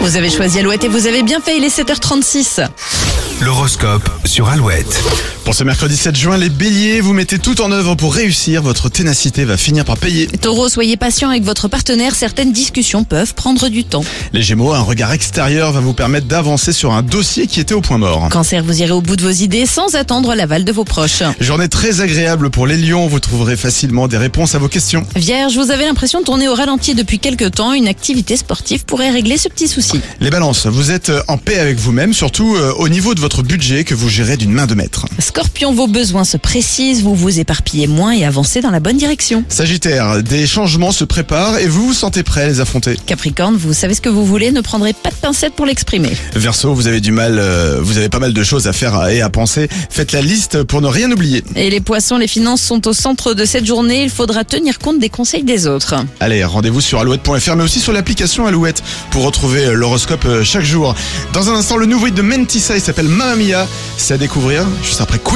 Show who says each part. Speaker 1: Vous avez choisi Alouette et vous avez bien fait, il est 7h36.
Speaker 2: L'horoscope sur Alouette.
Speaker 3: Pour ce mercredi 7 juin, les béliers, vous mettez tout en œuvre pour réussir. Votre ténacité va finir par payer.
Speaker 1: Taureau, soyez patient avec votre partenaire, certaines discussions peuvent prendre du temps.
Speaker 3: Les gémeaux, un regard extérieur va vous permettre d'avancer sur un dossier qui était au point mort.
Speaker 1: Cancer, vous irez au bout de vos idées sans attendre l'aval de vos proches.
Speaker 3: Journée très agréable pour les lions. Vous trouverez facilement des réponses à vos questions.
Speaker 1: Vierge, vous avez l'impression de tourner au ralenti depuis quelque temps, une activité sportive pourrait régler ce petit souci.
Speaker 3: Les balances, vous êtes en paix avec vous-même, surtout euh, au niveau de votre budget que vous gérez d'une main de maître.
Speaker 1: Scorpion, vos besoins se précisent, vous vous éparpillez moins et avancez dans la bonne direction.
Speaker 3: Sagittaire, des changements se préparent et vous vous sentez prêt à les affronter.
Speaker 1: Capricorne, vous savez ce que vous voulez, ne prendrez pas de pincettes pour l'exprimer.
Speaker 3: Verseau, vous avez du mal, euh, vous avez pas mal de choses à faire et à penser. Faites la liste pour ne rien oublier.
Speaker 1: Et les poissons, les finances sont au centre de cette journée, il faudra tenir compte des conseils des autres.
Speaker 3: Allez, rendez-vous sur alouette.fr, mais aussi sur l'application Alouette pour retrouver l'horoscope euh, chaque jour. Dans un instant, le nouveau hit de Mentissa, il s'appelle Mamma Mia. C'est à découvrir juste après Queen.